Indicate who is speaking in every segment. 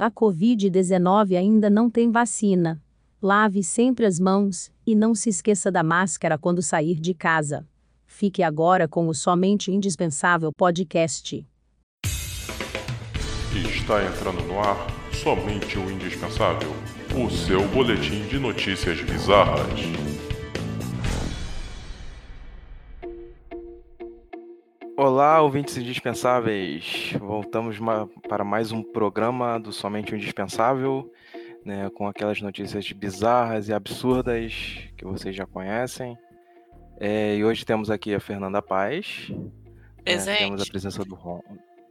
Speaker 1: A Covid-19 ainda não tem vacina. Lave sempre as mãos e não se esqueça da máscara quando sair de casa. Fique agora com o Somente Indispensável Podcast.
Speaker 2: Está entrando no ar somente o indispensável o seu boletim de notícias bizarras.
Speaker 3: Olá, ouvintes indispensáveis! Voltamos ma- para mais um programa do Somente o Indispensável, né, com aquelas notícias bizarras e absurdas que vocês já conhecem. É, e hoje temos aqui a Fernanda Paz. né,
Speaker 4: Presente.
Speaker 3: temos a presença do, Rô-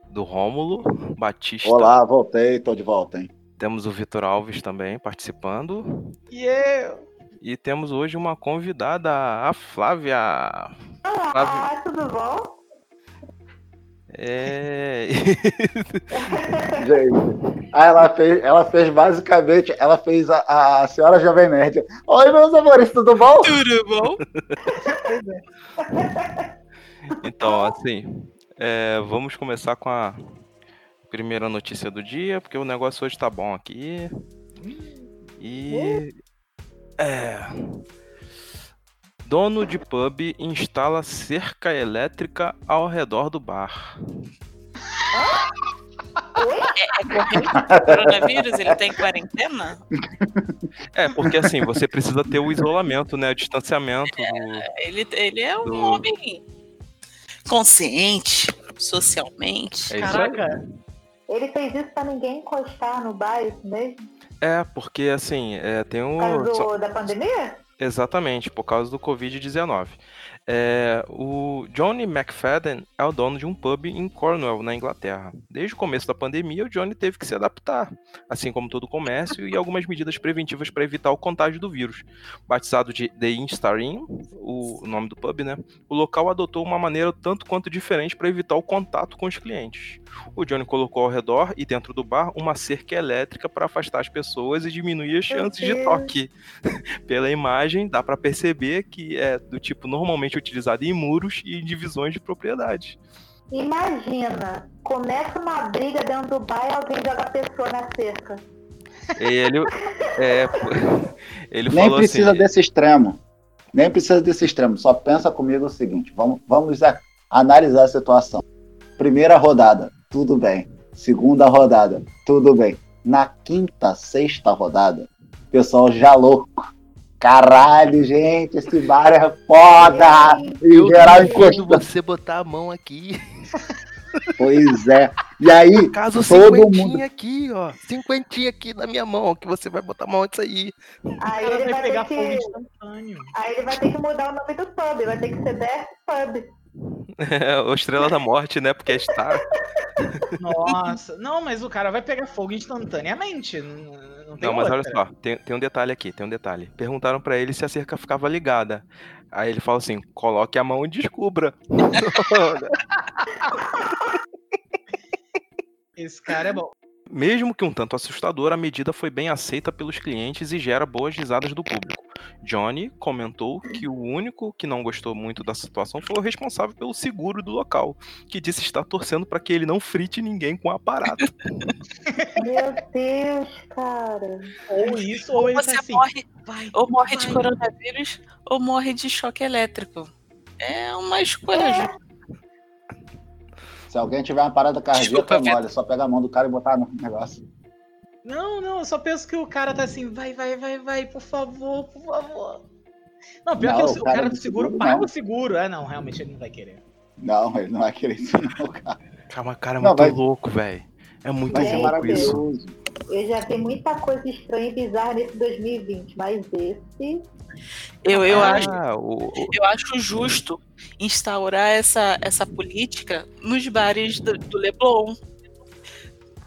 Speaker 3: do Rômulo Batista.
Speaker 5: Olá, voltei, tô de volta, hein?
Speaker 3: Temos o Vitor Alves também participando.
Speaker 4: E eu.
Speaker 3: E temos hoje uma convidada, a Flávia. Flávia.
Speaker 4: Ah, tudo bom?
Speaker 3: É...
Speaker 5: Gente, ah, ela fez, ela fez basicamente, ela fez a, a senhora Jovem Nerd. Oi, meus amores, tudo bom?
Speaker 4: Tudo bom?
Speaker 3: Então, assim, é, vamos começar com a primeira notícia do dia, porque o negócio hoje tá bom aqui. E.
Speaker 4: Uh.
Speaker 3: É. Dono de pub instala cerca elétrica ao redor do bar.
Speaker 4: É correndo coronavírus? Ele tá em quarentena?
Speaker 3: É, porque assim, você precisa ter o isolamento, né? O distanciamento. do-
Speaker 4: Ele, ele é um
Speaker 3: Do-
Speaker 4: homem consciente socialmente.
Speaker 3: É isso aí.
Speaker 4: Caraca.
Speaker 6: Ele fez isso pra ninguém encostar no bar, isso mesmo?
Speaker 3: É, porque assim, é, tem
Speaker 6: Por
Speaker 3: um.
Speaker 7: Hum,
Speaker 6: causa do-
Speaker 3: só-
Speaker 6: da pandemia?
Speaker 3: Exatamente, por causa do Covid-19. É, o Johnny McFadden é o dono de um pub em Cornwall, na Inglaterra. Desde o começo da pandemia, o Johnny teve que se adaptar, assim como todo o comércio, e algumas medidas preventivas para evitar o contágio do vírus. Batizado de The Instar Inn, o nome do pub, né? O local adotou uma maneira tanto quanto diferente para evitar o contato com os clientes. O Johnny colocou ao redor e dentro do bar uma cerca elétrica para afastar as pessoas e diminuir as
Speaker 6: Meu
Speaker 3: chances de
Speaker 6: Deus.
Speaker 3: toque pela imagem, dá pra perceber que é do tipo normalmente utilizado em muros e em divisões de propriedade.
Speaker 6: Imagina, começa uma briga dentro do bar e alguém joga a pessoa na cerca.
Speaker 3: E ele, é, pô, ele
Speaker 5: Nem
Speaker 3: falou
Speaker 5: precisa
Speaker 3: assim.
Speaker 5: desse extremo. Nem precisa desse extremo. Só pensa comigo o seguinte: vamos, vamos a- analisar a situação. Primeira rodada, tudo bem. Segunda rodada, tudo bem. Na quinta, sexta rodada, o pessoal já louco. Caralho, gente, esse bar é foda! Em geral, encostando.
Speaker 3: você botar a mão aqui.
Speaker 5: Pois é. E aí,
Speaker 3: Caso
Speaker 5: Todo
Speaker 3: cinquentinha
Speaker 5: mundo-
Speaker 3: aqui, ó. Cinquentinha aqui na minha mão, que você vai botar a mão antes aí.
Speaker 6: Aí
Speaker 7: cara
Speaker 6: ele
Speaker 7: vai
Speaker 6: vai,
Speaker 7: pegar
Speaker 6: ter
Speaker 7: fogo
Speaker 6: que,
Speaker 7: instantâneo.
Speaker 6: aí ele vai ter que mudar o nome do pub, vai ter que ser Death Pub.
Speaker 3: É, o Estrela da Morte, né? Porque está.
Speaker 7: Nossa. Não, mas o cara vai pegar fogo instantaneamente. Não, não tem
Speaker 3: Não, mas olha
Speaker 7: outra.
Speaker 3: só, tem, tem um detalhe aqui, tem um detalhe. Perguntaram pra ele se a cerca ficava ligada. Aí ele falou assim: coloque a mão e descubra.
Speaker 7: Esse cara é bom.
Speaker 3: Mesmo que um tanto assustador, a medida foi bem aceita pelos clientes e gera boas risadas do público. Johnny comentou que o único que não gostou muito da situação foi o responsável pelo seguro do local, que disse estar torcendo para que ele não frite ninguém com o aparato.
Speaker 6: Meu Deus, cara.
Speaker 7: Ou isso, ou ele tá
Speaker 4: Você
Speaker 7: assim.
Speaker 4: morre,
Speaker 7: Vai,
Speaker 4: ou morre de
Speaker 7: vai.
Speaker 4: coronavírus ou morre de choque elétrico. É uma escolha. Ju.
Speaker 5: se alguém tiver uma parada cardíaca,
Speaker 4: Desculpa,
Speaker 5: é mole. É só pegar a mão do cara e botar no negócio.
Speaker 7: Não, não, eu só penso que o cara tá assim, vai, vai, vai, vai, por favor, por favor. Não, pior
Speaker 5: Não,
Speaker 7: que o, se- o cara, é do seguro, paga
Speaker 5: não.
Speaker 7: o seguro. Ah, não, realmente ele não vai querer.
Speaker 5: Não, ele não vai querer isso, não, cara.
Speaker 3: Calma, cara, é
Speaker 5: Não,
Speaker 3: muito
Speaker 5: vai-
Speaker 3: louco, velho. É muito
Speaker 5: Vai ser
Speaker 6: Gente,
Speaker 3: louco isso.
Speaker 5: maravilhoso.
Speaker 6: Eu já vi muita coisa estranha e bizarra nesse 2020, mas esse.
Speaker 4: Eu, eu,
Speaker 3: Ah,
Speaker 4: acho,
Speaker 3: o- o-
Speaker 4: eu acho justo instaurar essa, essa política nos bares do, do Leblon.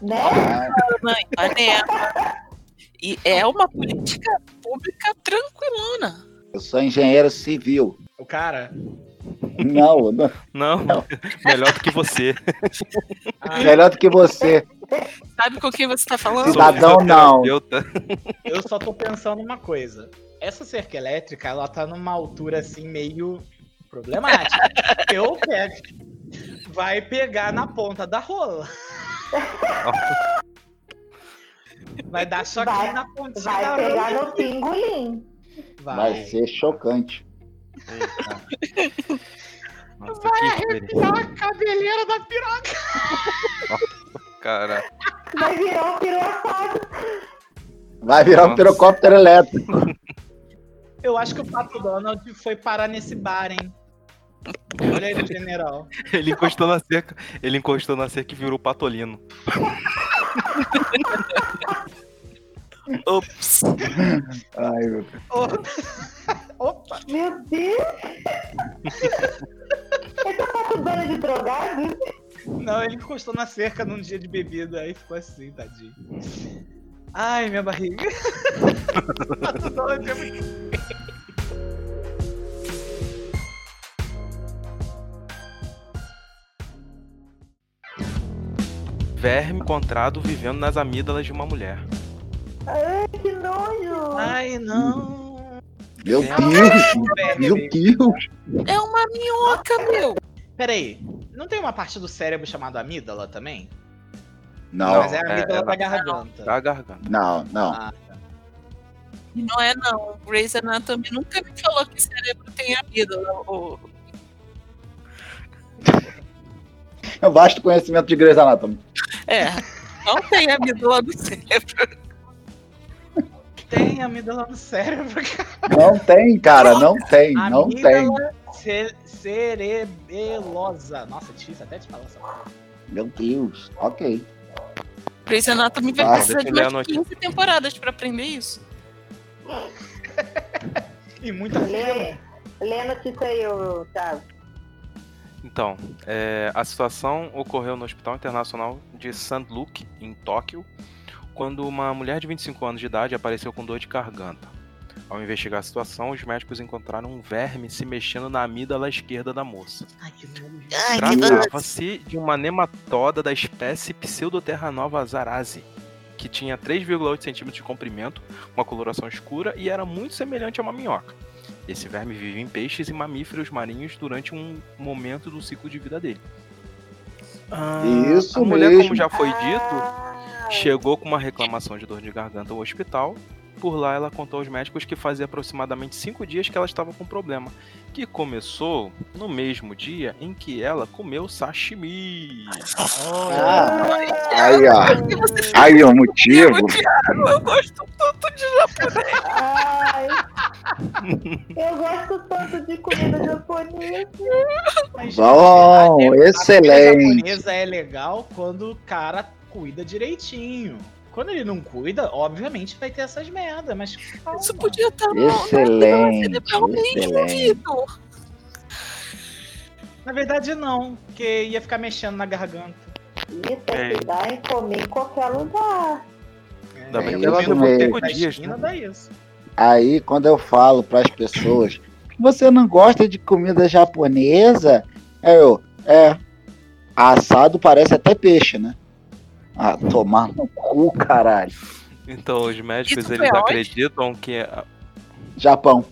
Speaker 6: Né?
Speaker 5: Ah,
Speaker 4: Mãe, Ipanema. E é uma política pública tranquilona.
Speaker 5: eu sou engenheiro civil.
Speaker 7: O cara.
Speaker 5: Não, não.
Speaker 3: Não, melhor do que você.
Speaker 7: Ah,
Speaker 5: melhor do que você.
Speaker 4: Sabe com quem você está falando?
Speaker 3: Sou
Speaker 5: Cidadão, não.
Speaker 3: fisioterapeuta.
Speaker 7: eu só tô pensando uma coisa. Essa cerca elétrica, ela tá numa altura assim meio problemática. Eu pego. Vai pegar na ponta da rola. Vai dar choque
Speaker 6: Vai-
Speaker 7: na pontinha da
Speaker 6: Vai
Speaker 7: orelha.
Speaker 6: pegar no pingolim.
Speaker 5: Vai ser chocante.
Speaker 3: Nossa, que experiência.
Speaker 7: a cabeleira Tá da piroca.
Speaker 3: Cara,
Speaker 6: Vai virar um pirocópio.
Speaker 5: Vai virar um
Speaker 3: Nossa.
Speaker 5: pirocóptero elétrico.
Speaker 7: Eu acho que o Pato Donald foi parar nesse bar, hein? Olha ele, general.
Speaker 3: ele encostou na cerca. Ele encostou na cerca e virou patolino.
Speaker 4: Ops.
Speaker 5: Ai, meu
Speaker 7: Ô, Opa!
Speaker 6: Meu Deus! Ele tá patubando de drogado?
Speaker 7: Não, ele encostou na cerca num dia de bebida, aí ficou assim, tadinho. Ai, minha barriga. Pato Donald é muito...
Speaker 3: Verme encontrado vivendo nas amígdalas de uma mulher.
Speaker 6: Ai, que nojo!
Speaker 4: Ah,
Speaker 7: Ai, não.
Speaker 5: Meu
Speaker 3: Gente.
Speaker 5: Deus! Meu Deus!
Speaker 4: É uma minhoca, meu.
Speaker 7: Peraí, não tem uma parte do cérebro chamada amígdala também?
Speaker 5: Não,
Speaker 7: Mas é a
Speaker 3: é-
Speaker 7: amígdala
Speaker 3: é-
Speaker 7: da garganta.
Speaker 3: Da garganta.
Speaker 5: não, não.
Speaker 7: Ah,
Speaker 4: Não é, não. Grey's Anatomy nunca me falou que cérebro tem amígdala. ô.
Speaker 5: Eu basto É um conhecimento de Grey's Anatomy.
Speaker 4: É, não tem amígdala no cérebro.
Speaker 7: tem amígdala no cérebro, cara.
Speaker 5: Não tem, cara, não tem, não tem.
Speaker 7: Amígdala ce- cerebelosa. Nossa, é difícil até de falar essa palavra.
Speaker 5: Meu Deus, ok.
Speaker 4: Grey's Anatomy vai
Speaker 5: Ah,
Speaker 4: precisar
Speaker 3: deixa
Speaker 4: de
Speaker 3: eu ler a
Speaker 4: mais de
Speaker 3: notícia.
Speaker 4: 15 temporadas pra aprender isso.
Speaker 7: E muita
Speaker 6: Lê, lê a notícia aí, ô, Thiago.
Speaker 3: Então, é, a situação ocorreu no Hospital Internacional de St. Luke, em Tóquio, quando uma mulher de 25 anos de idade apareceu com dor de garganta. Ao investigar a situação, os médicos encontraram um verme se mexendo na amígdala esquerda da moça.
Speaker 7: Ai, que nojo.
Speaker 4: Ai, que nojo.
Speaker 3: Tratava-se de uma nematoda da espécie Pseudoterra nova azarazi, que tinha 3,8 centímetros de comprimento, uma coloração escura e era muito semelhante a uma minhoca. Esse verme vive em peixes e mamíferos marinhos durante um momento do ciclo de vida dele. Ah,
Speaker 5: Isso
Speaker 3: a mulher,
Speaker 5: mesmo.
Speaker 3: como já foi dito,
Speaker 6: Ah,
Speaker 3: chegou com uma reclamação de dor de garganta ao hospital. Por lá, ela contou aos médicos que fazia aproximadamente cinco dias que ela estava com problema, que começou no mesmo dia em que ela comeu sashimi.
Speaker 5: Ah, aí, ó. Aí, ó, motivo.
Speaker 4: Thiago, eu gosto tanto de
Speaker 6: Ai, eu gosto tanto de comida japonesa.
Speaker 7: Mas,
Speaker 5: Bom,
Speaker 7: gente, a- a comida
Speaker 5: excelente.
Speaker 7: japonesa é legal quando o cara cuida direitinho. Quando ele não cuida, obviamente vai ter essas merdas, mas calma.
Speaker 4: Isso podia estar no- é na
Speaker 5: Excelente,
Speaker 4: Cerebral mesmo,
Speaker 5: excelente.
Speaker 4: Vitor.
Speaker 7: Na verdade, não, porque ia ficar mexendo na garganta.
Speaker 6: Isso é que dá em comer em qualquer lugar.
Speaker 7: É,
Speaker 3: Ainda
Speaker 5: bem
Speaker 7: eu
Speaker 5: que ela
Speaker 7: vendo
Speaker 5: levou
Speaker 7: um
Speaker 3: cinco
Speaker 7: na
Speaker 3: dias,
Speaker 7: esquina,
Speaker 3: né?
Speaker 7: dá isso.
Speaker 5: Aí, quando eu falo para as pessoas que você não gosta de comida japonesa, é eu, é. Assado parece até peixe, né? Ah, tomar no cu, caralho.
Speaker 3: Então, os médicos
Speaker 4: Isso foi
Speaker 3: eles
Speaker 4: ótimo.
Speaker 3: acreditam que a-
Speaker 5: Japão.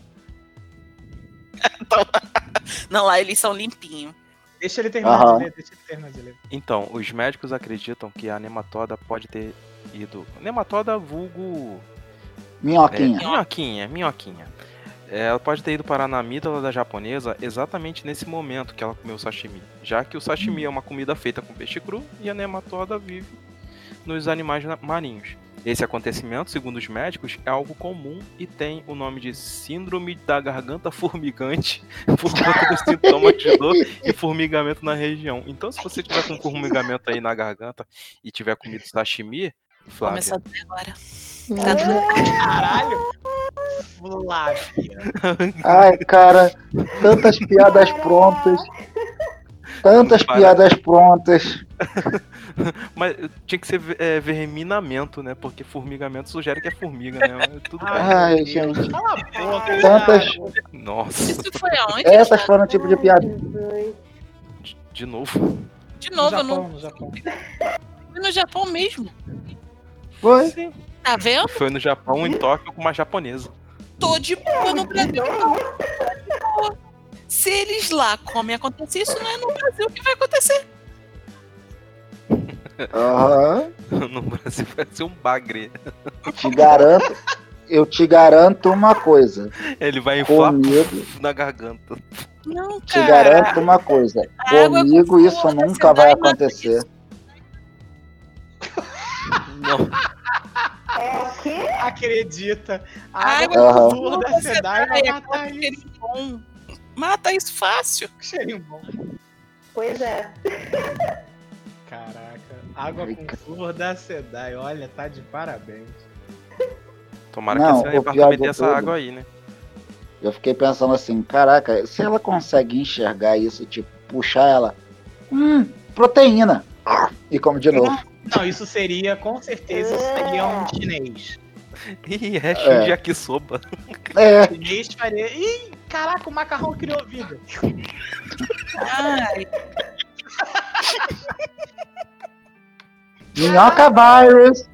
Speaker 4: Não, lá eles são limpinhos.
Speaker 7: Deixa ele terminar
Speaker 5: Aham.
Speaker 7: de ler, deixa ele terminar de ler.
Speaker 3: então, os médicos acreditam que a nematoda pode ter ido nematoda vulgo
Speaker 5: Minhoquinha.
Speaker 3: É, minhoquinha, minhoquinha. É, Ela pode ter ido parar na amígdala da japonesa exatamente nesse momento que ela comeu o sashimi. Já que o sashimi é uma comida feita com peixe cru e a nematoda vive nos animais na- marinhos. Esse acontecimento, segundo os médicos, é algo comum e tem o nome de síndrome da garganta formigante por conta dos sintomas de dor e formigamento na região. Então, se você tiver com formigamento aí na garganta e tiver comido sashimi, Flávia,
Speaker 4: Começa a ver agora. Tá
Speaker 6: É.
Speaker 4: doendo.
Speaker 7: Caralho! Flávia.
Speaker 5: Ai, cara, tantas piadas prontas. Tantas
Speaker 3: Para.
Speaker 5: piadas prontas.
Speaker 3: Mas tinha que ser é, verminamento, né? Porque formigamento sugere que é formiga, né? Mas Tudo bem.
Speaker 5: Ai,
Speaker 7: meu Deus.
Speaker 5: gente.
Speaker 7: Cala a boca,
Speaker 5: Tantas-
Speaker 7: Thiago.
Speaker 3: Nossa,
Speaker 4: Isso foi aonde?
Speaker 5: Essas foram o tipo de piada.
Speaker 6: Jesus.
Speaker 3: de- de novo.
Speaker 4: De
Speaker 7: No
Speaker 4: novo, eu
Speaker 7: Japão,
Speaker 4: não
Speaker 7: no Japão.
Speaker 4: fui no Japão mesmo.
Speaker 5: Foi?
Speaker 4: Tá vendo?
Speaker 3: Foi no Japão, em Tóquio, com uma japonesa.
Speaker 4: Tô de boa no Brasil. Se eles lá comem acontecer, isso não é no Brasil que vai acontecer.
Speaker 5: Aham.
Speaker 3: No Brasil vai ser um bagre.
Speaker 5: Te garanto. Eu te garanto uma coisa.
Speaker 3: Ele vai inflar
Speaker 5: Comigo,
Speaker 3: na garganta.
Speaker 4: Não,
Speaker 5: te
Speaker 4: cara.
Speaker 5: garanto uma coisa.
Speaker 4: A água é
Speaker 5: Comigo
Speaker 4: com
Speaker 5: isso
Speaker 4: cloro,
Speaker 5: nunca
Speaker 4: você
Speaker 5: vai
Speaker 4: vai matar
Speaker 5: acontecer.
Speaker 3: Não.
Speaker 6: É o quê?
Speaker 7: Acredita. A
Speaker 4: A
Speaker 7: água
Speaker 5: água
Speaker 7: do
Speaker 5: com
Speaker 7: sul da
Speaker 4: cloro, você tá
Speaker 7: Sedai vai
Speaker 4: vai
Speaker 7: matar isso.
Speaker 4: Cheirinho bom. Mata isso fácil.
Speaker 7: Que Cheirinho bom.
Speaker 6: Pois é.
Speaker 7: Caraca. Água
Speaker 5: Ai,
Speaker 7: com flor da Sedai. Olha, tá de parabéns.
Speaker 3: Tomara
Speaker 5: Não,
Speaker 3: que esse
Speaker 5: o pior
Speaker 3: apartamento
Speaker 5: de
Speaker 3: tenha essa
Speaker 5: tudo-
Speaker 3: água aí, né?
Speaker 5: Eu fiquei pensando assim, caraca, se ela consegue enxergar isso, tipo, puxar ela. Hum, proteína. E come de novo.
Speaker 7: Não, isso seria, com certeza, isso seria
Speaker 4: É.
Speaker 7: um chinês.
Speaker 3: Ih, é cheio
Speaker 5: É.
Speaker 3: de yakisoba.
Speaker 5: É,
Speaker 7: Chinês faria. Ih, caraca, o macarrão criou vida.
Speaker 4: Ai,
Speaker 5: minhoca virus.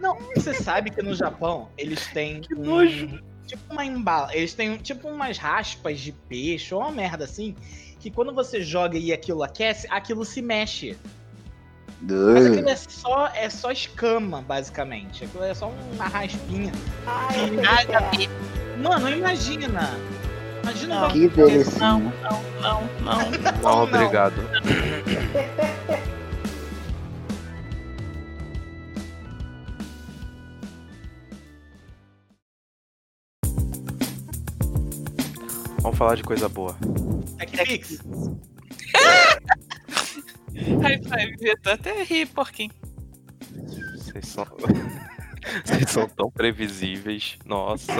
Speaker 7: Não, você sabe que no Japão eles têm. Que
Speaker 3: nojo.
Speaker 7: tipo uma embala. Eles têm tipo umas raspas de peixe ou uma merda assim. Que quando você joga e aquilo aquece, aquilo se mexe. Mas aquilo é só, é só escama, basicamente. Aquilo é só uma raspinha.
Speaker 6: Ai, eu sei o que
Speaker 4: ai,
Speaker 6: é.
Speaker 4: Gabi,
Speaker 7: Mano, imagina! Imagina
Speaker 4: Não.
Speaker 7: uma
Speaker 5: Que delícia.
Speaker 4: Não, não, não, não.
Speaker 3: Não,
Speaker 7: não.
Speaker 3: obrigado. Vamos falar de coisa boa.
Speaker 7: TechPix.
Speaker 4: High five, Vitor. Até ri, porquinho.
Speaker 3: Vocês são... Vocês são tão previsíveis. Nossa.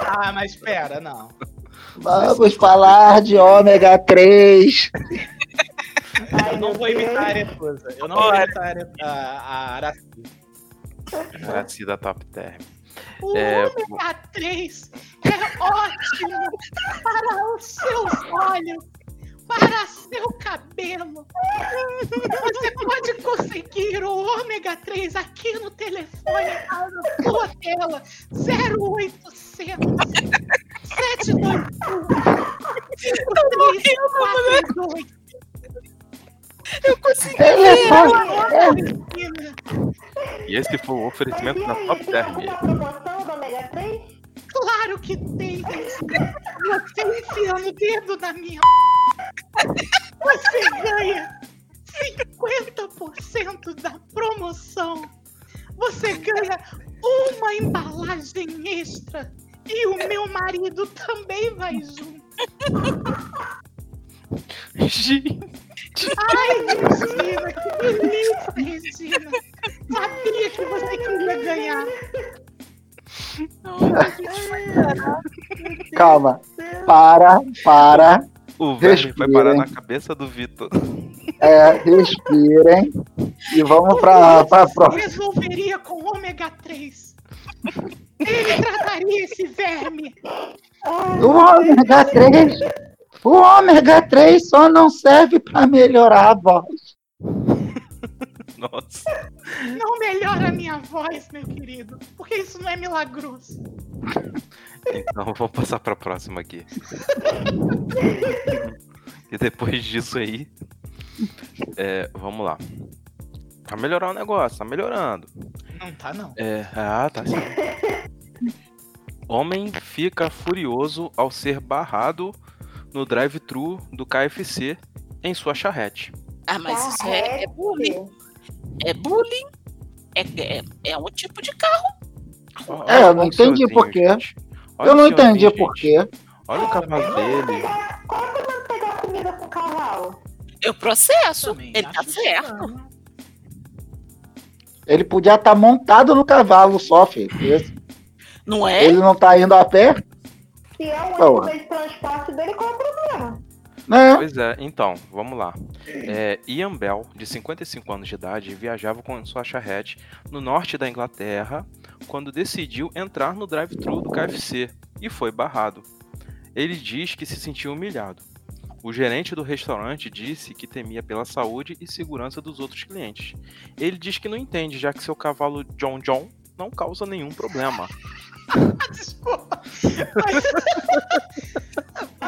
Speaker 7: Ah, mas pera, não.
Speaker 5: Vamos falar de ômega 3.
Speaker 6: Ai,
Speaker 7: Eu não
Speaker 6: meu
Speaker 7: vou
Speaker 6: Deus.
Speaker 7: imitar a Aretusa. Eu não vou
Speaker 4: Bora.
Speaker 7: imitar a, a, a Araci.
Speaker 3: Nasci da Top Term.
Speaker 7: O
Speaker 3: É,
Speaker 7: ômega 3 é ótimo para os seus olhos, para seu cabelo. Você pode conseguir o ômega 3 aqui no telefone, na sua tela, 0800 721
Speaker 5: Telefone.
Speaker 3: E esse foi um
Speaker 6: Mas
Speaker 3: oferecimento
Speaker 6: e
Speaker 3: da
Speaker 6: aí,
Speaker 3: Top
Speaker 6: tem
Speaker 3: Term.
Speaker 6: alguma promoção do ômega 3?
Speaker 7: Claro que tem! Você enfiando o um dedo na minha. Você ganha 50% da promoção! Você ganha uma embalagem extra! E o meu marido também vai junto!
Speaker 3: Gente,
Speaker 7: Ai, Regina, que delícia, Regina! Sabia que você queria ganhar!
Speaker 5: Calma. Para, para.
Speaker 3: O velho vai
Speaker 5: Respira,
Speaker 3: parar
Speaker 5: hein?
Speaker 3: na cabeça do Vitor.
Speaker 5: É, respirem. E vamos pra, pra próxima.
Speaker 7: resolveria com ômega 3. Ele trataria esse verme.
Speaker 5: O ômega 3. O ômega 3 só não serve pra melhorar a voz.
Speaker 3: Nossa.
Speaker 7: Não melhora a minha voz, meu querido. Porque isso não é milagroso.
Speaker 3: Então vamos passar pra próxima aqui. e depois disso aí. é, vamos lá. Tá melhorar o negócio, tá melhorando.
Speaker 7: Não tá, não.
Speaker 3: É, ah, tá sim. Homem fica furioso ao ser barrado no drive-thru do KFC em sua charrete.
Speaker 4: Ah, mas
Speaker 6: Tá
Speaker 4: isso é, é bullying. É bullying. É, é, é um tipo de carro.
Speaker 3: Ó,
Speaker 5: É, eu não
Speaker 3: olha o senhorzinho,
Speaker 5: entendi por quê.
Speaker 3: gente. Olha
Speaker 5: Eu
Speaker 3: o
Speaker 5: não
Speaker 3: senhorzinho,
Speaker 5: entendi
Speaker 3: gente.
Speaker 5: por quê.
Speaker 3: Olha o cavalo dele.
Speaker 6: Como é que eu vou pegar comida com cavalo?
Speaker 4: Eu é um processo. Ele tá certo.
Speaker 5: Ele podia estar montado no cavalo só, filho. Esse-
Speaker 4: Não é?
Speaker 5: Ele não tá indo a pé,
Speaker 6: Se é um
Speaker 5: Boa.
Speaker 6: ônibus de transporte dele, qual é o problema?
Speaker 5: né?
Speaker 3: Pois é, então, vamos lá. É, Ian Bell, de 55 anos de idade, viajava com sua charrete no norte da Inglaterra quando decidiu entrar no drive-thru do KFC e foi barrado. Ele diz que se sentiu humilhado. O gerente do restaurante disse que temia pela saúde e segurança dos outros clientes. Ele diz que não entende, já que seu cavalo John John não causa nenhum problema.
Speaker 7: Desculpa. Mas,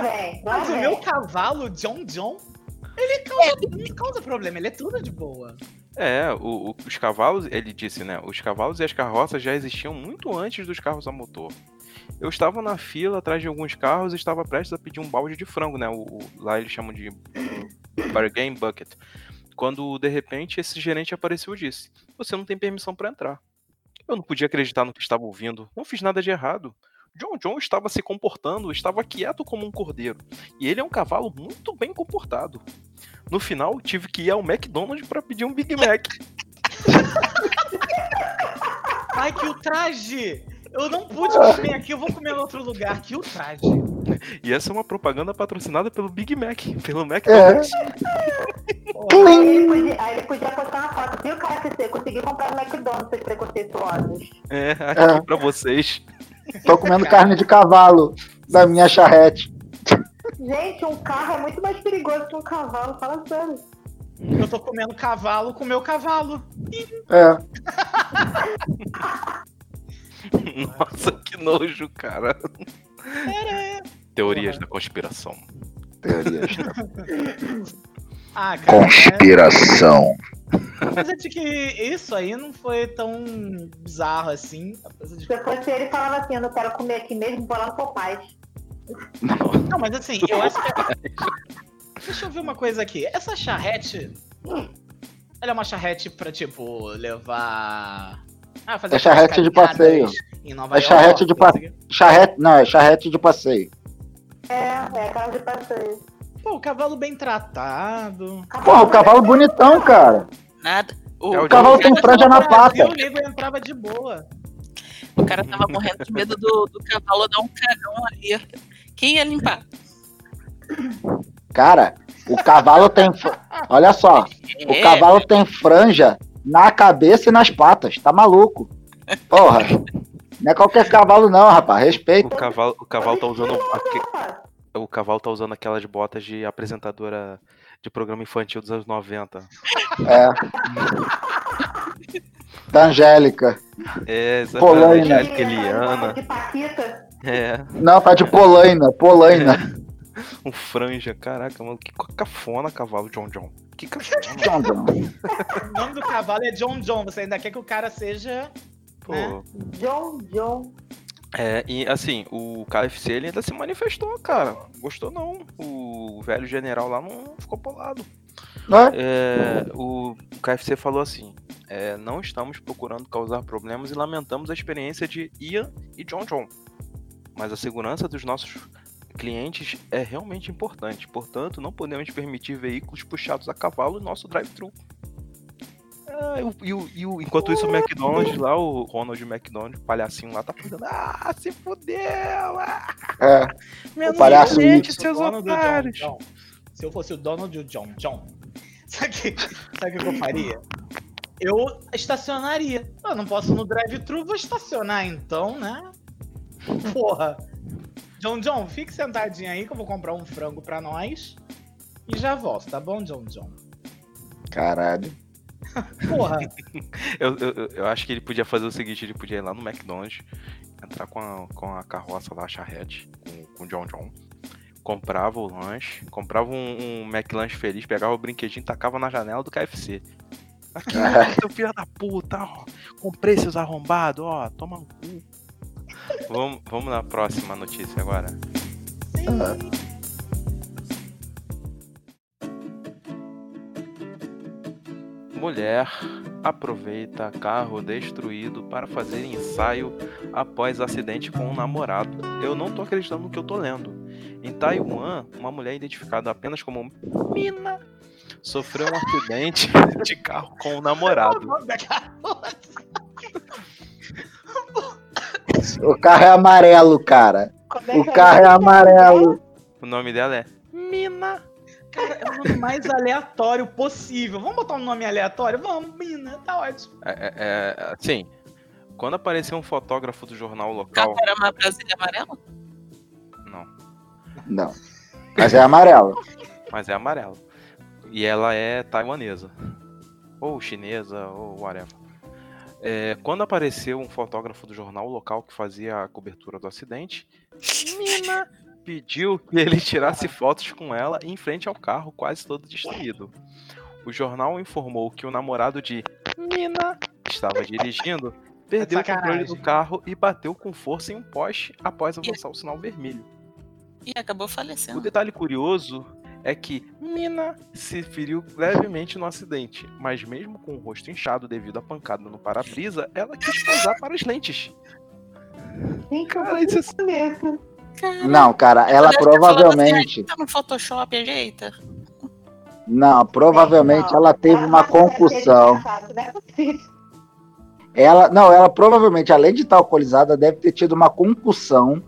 Speaker 6: Véi, vai,
Speaker 7: mas o
Speaker 6: véi.
Speaker 7: meu cavalo, John John, ele causa, não causa problema. Ele é tudo de boa.
Speaker 3: É, o- o- os cavalos, ele disse, né? Os cavalos e as carroças já existiam muito antes dos carros a motor. Eu estava na fila atrás de alguns carros e estava prestes a pedir um balde de frango, né? O, o- lá eles chamam de bargain bucket. Quando de repente esse gerente apareceu e disse: Você não tem permissão para entrar. Eu não podia acreditar no que estava ouvindo. Não fiz nada de errado. John John estava se comportando, estava quieto como um cordeiro. E ele é um cavalo muito bem comportado. No final, tive que ir ao McDonald's para pedir um Big Mac.
Speaker 7: Ai, que ultraje! Eu não pude comer aqui, eu vou comer em outro lugar. Que ultraje!
Speaker 3: E essa é uma propaganda patrocinada pelo Big Mac, pelo McDonald's.
Speaker 6: Aí
Speaker 7: é
Speaker 6: ele podia, aí ele podia postar uma foto. Viu, KFC? Consegui comprar no McDonald's, seus preconceituosos.
Speaker 3: É, aqui pra vocês.
Speaker 5: Tô comendo carne de cavalo da minha charrete.
Speaker 6: Gente, um carro é muito mais perigoso que um cavalo, fala sério.
Speaker 7: Eu tô comendo cavalo com meu cavalo.
Speaker 5: É.
Speaker 3: Nossa, que nojo, cara. Teorias da conspiração.
Speaker 5: Teorias.
Speaker 7: Ah, cara.
Speaker 8: Conspiração.
Speaker 7: é- Apesar de que isso aí não foi tão bizarro assim. apesar de-
Speaker 6: Se eu fosse ele, falava assim, eu não quero comer aqui mesmo, vou lá no Popeye.
Speaker 7: Não, mas assim, eu acho que. Deixa eu ver uma coisa aqui. Essa charrete. Ela é uma charrete pra, tipo, levar. Ah, fazer
Speaker 5: É charrete de
Speaker 7: caminhadas
Speaker 5: passeio.
Speaker 7: Em Nova
Speaker 5: É charrete
Speaker 7: York,
Speaker 5: de
Speaker 7: não sei o quê.
Speaker 5: Charrete, não, é charrete de passeio.
Speaker 6: É, é aquela de passeio. é
Speaker 7: Pô, o cavalo bem tratado.
Speaker 5: Porra, o cavalo bonitão, cara.
Speaker 4: Nada. O,
Speaker 3: É
Speaker 5: O cavalo tem franja na
Speaker 7: Brasil,
Speaker 5: pata.
Speaker 7: O nego entrava de boa.
Speaker 4: o cara tava morrendo de medo do, do cavalo dar um cagão ali. Quem ia limpar?
Speaker 5: Cara, o cavalo tem. fr- Olha só, o
Speaker 4: É,
Speaker 5: cavalo tem franja na cabeça e nas patas. Tá maluco? Porra. Não é qualquer cavalo, não, rapaz. Respeito.
Speaker 3: O cavalo, o cavalo tá usando aque-
Speaker 6: Rapaz,
Speaker 3: o cavalo tá usando aquelas botas de apresentadora de programa infantil dos anos 90.
Speaker 5: É. Da Angélica.
Speaker 3: É,
Speaker 5: Polaina.
Speaker 3: exatamente. Angélica
Speaker 6: que ele é
Speaker 3: Eliana.
Speaker 6: De Paquita.
Speaker 3: É,
Speaker 5: Não, tá de Polaina. Polaina.
Speaker 3: um franja. Caraca, mano, que cafona cavalo, John John. Que cafona,
Speaker 5: John John.
Speaker 7: O nome do cavalo é John John. Você ainda quer que o cara seja.
Speaker 3: pô.
Speaker 7: né?
Speaker 6: John, John.
Speaker 3: É, e assim, o KFC ele ainda se manifestou, cara. Gostou não. O velho general lá não ficou polado.
Speaker 5: Né?
Speaker 3: É, o, o KFC falou assim: é, não estamos procurando causar problemas e lamentamos a experiência de Ian e John John. Mas a segurança dos nossos clientes é realmente importante. Portanto, não podemos permitir veículos puxados a cavalo no nosso drive-thru. Ah, e o- e o- e o- enquanto isso, o McDonald's lá, o Ronald McDonald, o palhacinho lá, tá fazendo. Ah, se fudeu! Ah,
Speaker 5: É.
Speaker 3: menos
Speaker 5: palhaço
Speaker 3: gente,
Speaker 7: Se
Speaker 3: seus
Speaker 7: o dono do
Speaker 3: otários!
Speaker 7: John tá John- Se eu fosse o Donald do John John, sabe o que, sabe o que eu faria? Eu estacionaria. Eu não posso ir no drive-thru, vou estacionar então, né? Porra. John John, fique sentadinho aí que eu vou comprar um frango pra nós. E já volto, tá bom, John John?
Speaker 5: Caralho.
Speaker 7: Porra.
Speaker 3: Eu, eu- eu- eu acho que ele podia fazer o seguinte, ele podia ir lá no McDonald's, entrar com a, com a carroça lá, a charrete, com, com o John John, comprava o lanche, comprava um, um McLanche feliz, pegava o brinquedinho e tacava na janela do KFC. Aqui, ó, seu filho da puta, ó, comprei seus arrombados, ó, toma um cu. Vamos, vamos na próxima notícia agora. Mulher aproveita carro destruído para fazer ensaio após acidente com um namorado. Eu não tô acreditando no que eu tô lendo. Em Taiwan, uma mulher identificada apenas como Mina sofreu um acidente de carro com um namorado.
Speaker 5: O carro é amarelo, cara.
Speaker 6: Como é
Speaker 5: O
Speaker 6: que é
Speaker 5: carro é amarelo.
Speaker 3: O nome dela é Mina.
Speaker 7: Cara, é o nome mais aleatório possível. Vamos botar um nome aleatório? Vamos, mina, tá ótimo.
Speaker 3: É, é, é, assim, quando apareceu um fotógrafo do jornal local,
Speaker 4: Capa era uma Brasília amarela?
Speaker 5: Não. Mas é amarelo.
Speaker 3: mas é amarelo. E ela é taiwanesa. Ou chinesa, ou whatever. É, quando apareceu um fotógrafo do jornal local que fazia a cobertura do acidente, Mina pediu que ele tirasse fotos com ela em frente ao carro, quase todo destruído. o jornal informou que o namorado de Mina estava dirigindo, perdeu o controle
Speaker 7: sacanagem.
Speaker 3: do carro e bateu com força em um poste após avançar o sinal vermelho.
Speaker 4: E acabou
Speaker 3: O
Speaker 4: falecendo.
Speaker 3: detalhe curioso é que Mina se feriu levemente no acidente, mas mesmo com o rosto inchado devido à pancada no para-brisa, ela quis posar para as lentes.
Speaker 6: Gente, eu
Speaker 5: Ah,
Speaker 3: Cara, isso é
Speaker 6: vou mesmo.
Speaker 5: Não, cara, ela
Speaker 4: Ela tá
Speaker 5: provavelmente.
Speaker 4: Tá no Photoshop, ajeita.
Speaker 5: Não, provavelmente
Speaker 6: Não,
Speaker 5: ela teve uma
Speaker 6: Rafa, deve ter
Speaker 5: concussão.
Speaker 6: passado, Não é possível.
Speaker 5: Ela, não, ela provavelmente, além de estar alcoolizada, deve ter tido uma concussão.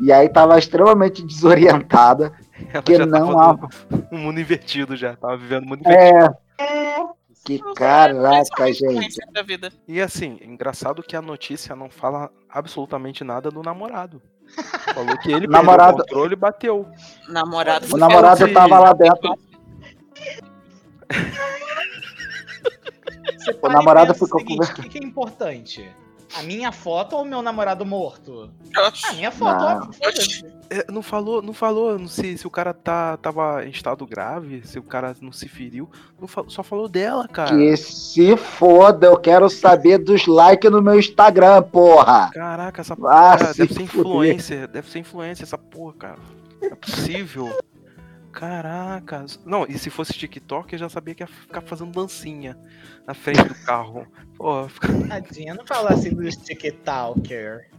Speaker 5: E aí tava extremamente desorientada.
Speaker 3: Ela
Speaker 5: Que
Speaker 3: já
Speaker 5: não
Speaker 3: tava no, no mundo invertido, já tava vivendo o mundo invertido.
Speaker 5: É,
Speaker 6: É,
Speaker 5: que
Speaker 4: Não sei, parece uma
Speaker 5: caraca, gente.
Speaker 4: influência Da vida.
Speaker 3: E assim, engraçado que a notícia não fala absolutamente nada do namorado. Falou que ele
Speaker 5: Namorado-
Speaker 3: perdeu o controle e bateu.
Speaker 4: Namorado.
Speaker 5: O namorado
Speaker 3: Ela-
Speaker 5: tava lá dentro.
Speaker 7: Você
Speaker 5: O namorado
Speaker 7: pensa
Speaker 5: ficou
Speaker 7: o seguinte, O que que é importante? A minha foto ou o meu namorado morto? A minha foto,
Speaker 5: Não.
Speaker 7: óbvio. foda-se.
Speaker 3: É, não falou, não falou, não sei se o cara tá, tava em estado grave, se o cara não se feriu. Não fa- só falou dela, cara.
Speaker 5: Que se foda, eu quero saber dos likes no meu Instagram, porra.
Speaker 3: Caraca, essa porra
Speaker 5: Ah,
Speaker 3: cara,
Speaker 5: se
Speaker 3: deve ser
Speaker 5: fuder.
Speaker 3: influencer, deve ser influencer essa porra, cara. Não é possível. Caraca. Não, e se fosse TikTok, eu já sabia que ia ficar fazendo dancinha na frente do carro. Porra, fica-
Speaker 7: Tadinha, não fala assim do TikToker.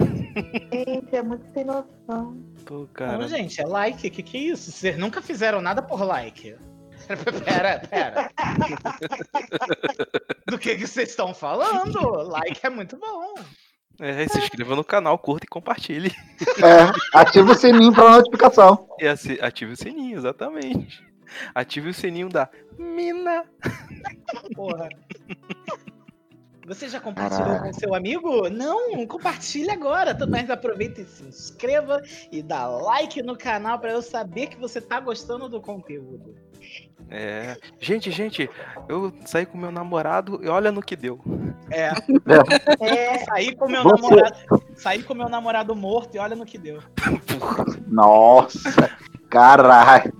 Speaker 6: gente, é muito sem noção.
Speaker 3: Pô,
Speaker 7: Não,
Speaker 3: cara.
Speaker 7: gente, é like. Que que é isso? Vocês nunca fizeram nada por like. Pera, pera. Do que que vocês estão falando? Like é muito bom.
Speaker 3: É, se inscreva no canal, curta e compartilhe.
Speaker 5: É, ativa o sininho pra notificação.
Speaker 3: E assi- ative o sininho, exatamente. Ative o sininho da Mina.
Speaker 7: Porra. Você já compartilhou com seu amigo? Não, compartilha agora. Tudo mais aproveita e se inscreva e dá like no canal pra eu saber que você tá gostando do conteúdo.
Speaker 3: É. Gente, gente, eu saí com meu namorado e olha no que deu.
Speaker 7: É,
Speaker 6: É,
Speaker 7: saí com meu
Speaker 5: Você-
Speaker 7: namorado, saí com meu namorado morto e olha no que deu.
Speaker 5: Nossa, caraca.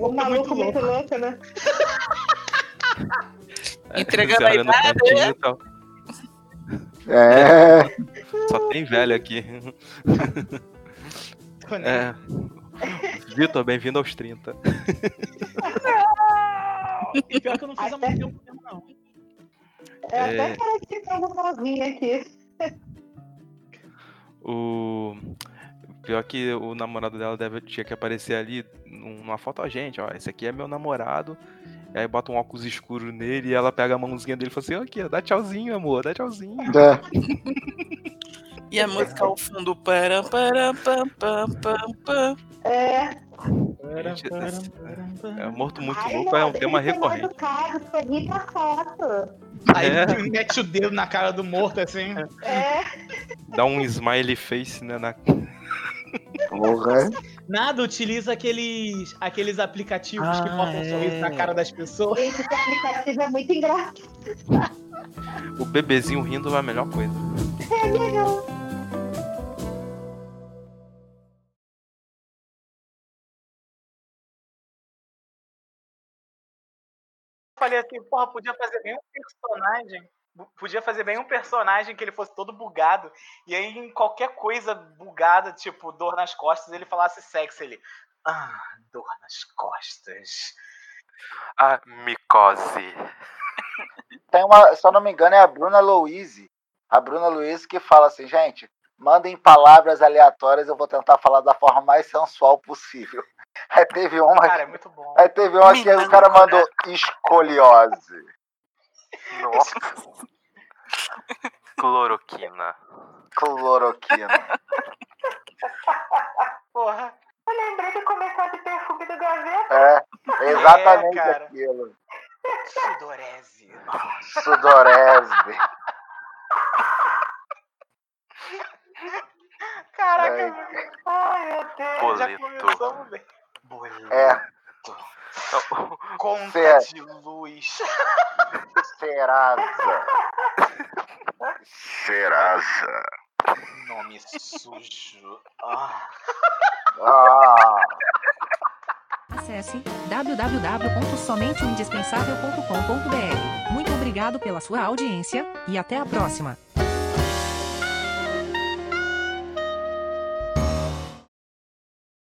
Speaker 6: o maluco muito louco, né?
Speaker 4: Entregando
Speaker 3: Você olha
Speaker 4: a
Speaker 3: no cantinho e tal.
Speaker 5: É.
Speaker 3: Só tem velho aqui. É. Vitor, bem-vindo aos 30.
Speaker 7: E pior que eu não fiz há muito tempo mesmo, não.
Speaker 6: É
Speaker 3: É.
Speaker 6: até parece que tem uma vozinha aqui.
Speaker 3: O. Pior que o namorado dela deve, tinha que aparecer ali num- numa foto, ó, gente, ó, esse aqui é meu namorado. E aí bota um óculos escuro nele e ela pega a mãozinha dele e fala assim, ó, aqui, ó, dá tchauzinho, amor, dá tchauzinho.
Speaker 5: é.
Speaker 4: E a música ao fundo. Param, param, pam, pam, pam, pam.
Speaker 6: É.
Speaker 3: Gente, esse- É, Morto Muito
Speaker 6: Ai,
Speaker 3: Louco é um
Speaker 6: não,
Speaker 3: tema
Speaker 6: ele foi mal
Speaker 3: recorrente.
Speaker 6: educado, foi rico a foto.
Speaker 7: Aí
Speaker 3: É.
Speaker 7: tu mete o dedo na cara do morto assim.
Speaker 6: É,
Speaker 3: Dá um smiley face, né, na
Speaker 5: Porra.
Speaker 7: Nada, utiliza aqueles, aqueles aplicativos que
Speaker 3: Ah,
Speaker 7: botam um
Speaker 3: é.
Speaker 7: sorriso na cara das pessoas.
Speaker 6: gente, esse aplicativo é muito engraçado.
Speaker 3: O bebezinho rindo é a melhor coisa.
Speaker 7: Falei assim, porra, podia fazer bem um personagem. Podia fazer bem um personagem que ele fosse todo bugado. E aí, em qualquer coisa bugada, tipo, dor nas costas, ele falasse sexo. Ele. Ah, dor nas costas.
Speaker 3: A micose.
Speaker 5: Tem uma, se eu não me engano, é a Bruna Louise. A Bruna Louise que fala assim, gente, mandem palavras aleatórias, eu vou tentar falar da forma mais sensual possível. Aí teve uma,
Speaker 7: Cara, é muito bom.
Speaker 5: aí teve uma que o cara mandou escoliose.
Speaker 3: Nossa. Cloroquina.
Speaker 5: Cloroquina.
Speaker 7: Porra.
Speaker 6: Lembrei do comercial de perfume do Gaveta.
Speaker 5: É, exatamente
Speaker 7: É, cara.
Speaker 5: aquilo.
Speaker 7: Sudorese.
Speaker 5: Sudorese.
Speaker 7: Caraca,
Speaker 5: É.
Speaker 7: meu- ai meu Deus, Ah, já
Speaker 3: Boleto.
Speaker 6: então?
Speaker 7: começamos bem. Boleto.
Speaker 5: É,
Speaker 7: Tá Conta
Speaker 5: Fé.
Speaker 7: de luz.
Speaker 5: Serasa. Serasa.
Speaker 7: Nome sujo. Ah.
Speaker 5: Ah.
Speaker 1: A Acesse www.somenteoindispensável.com.br. Muito obrigado pela sua audiência e até a próxima.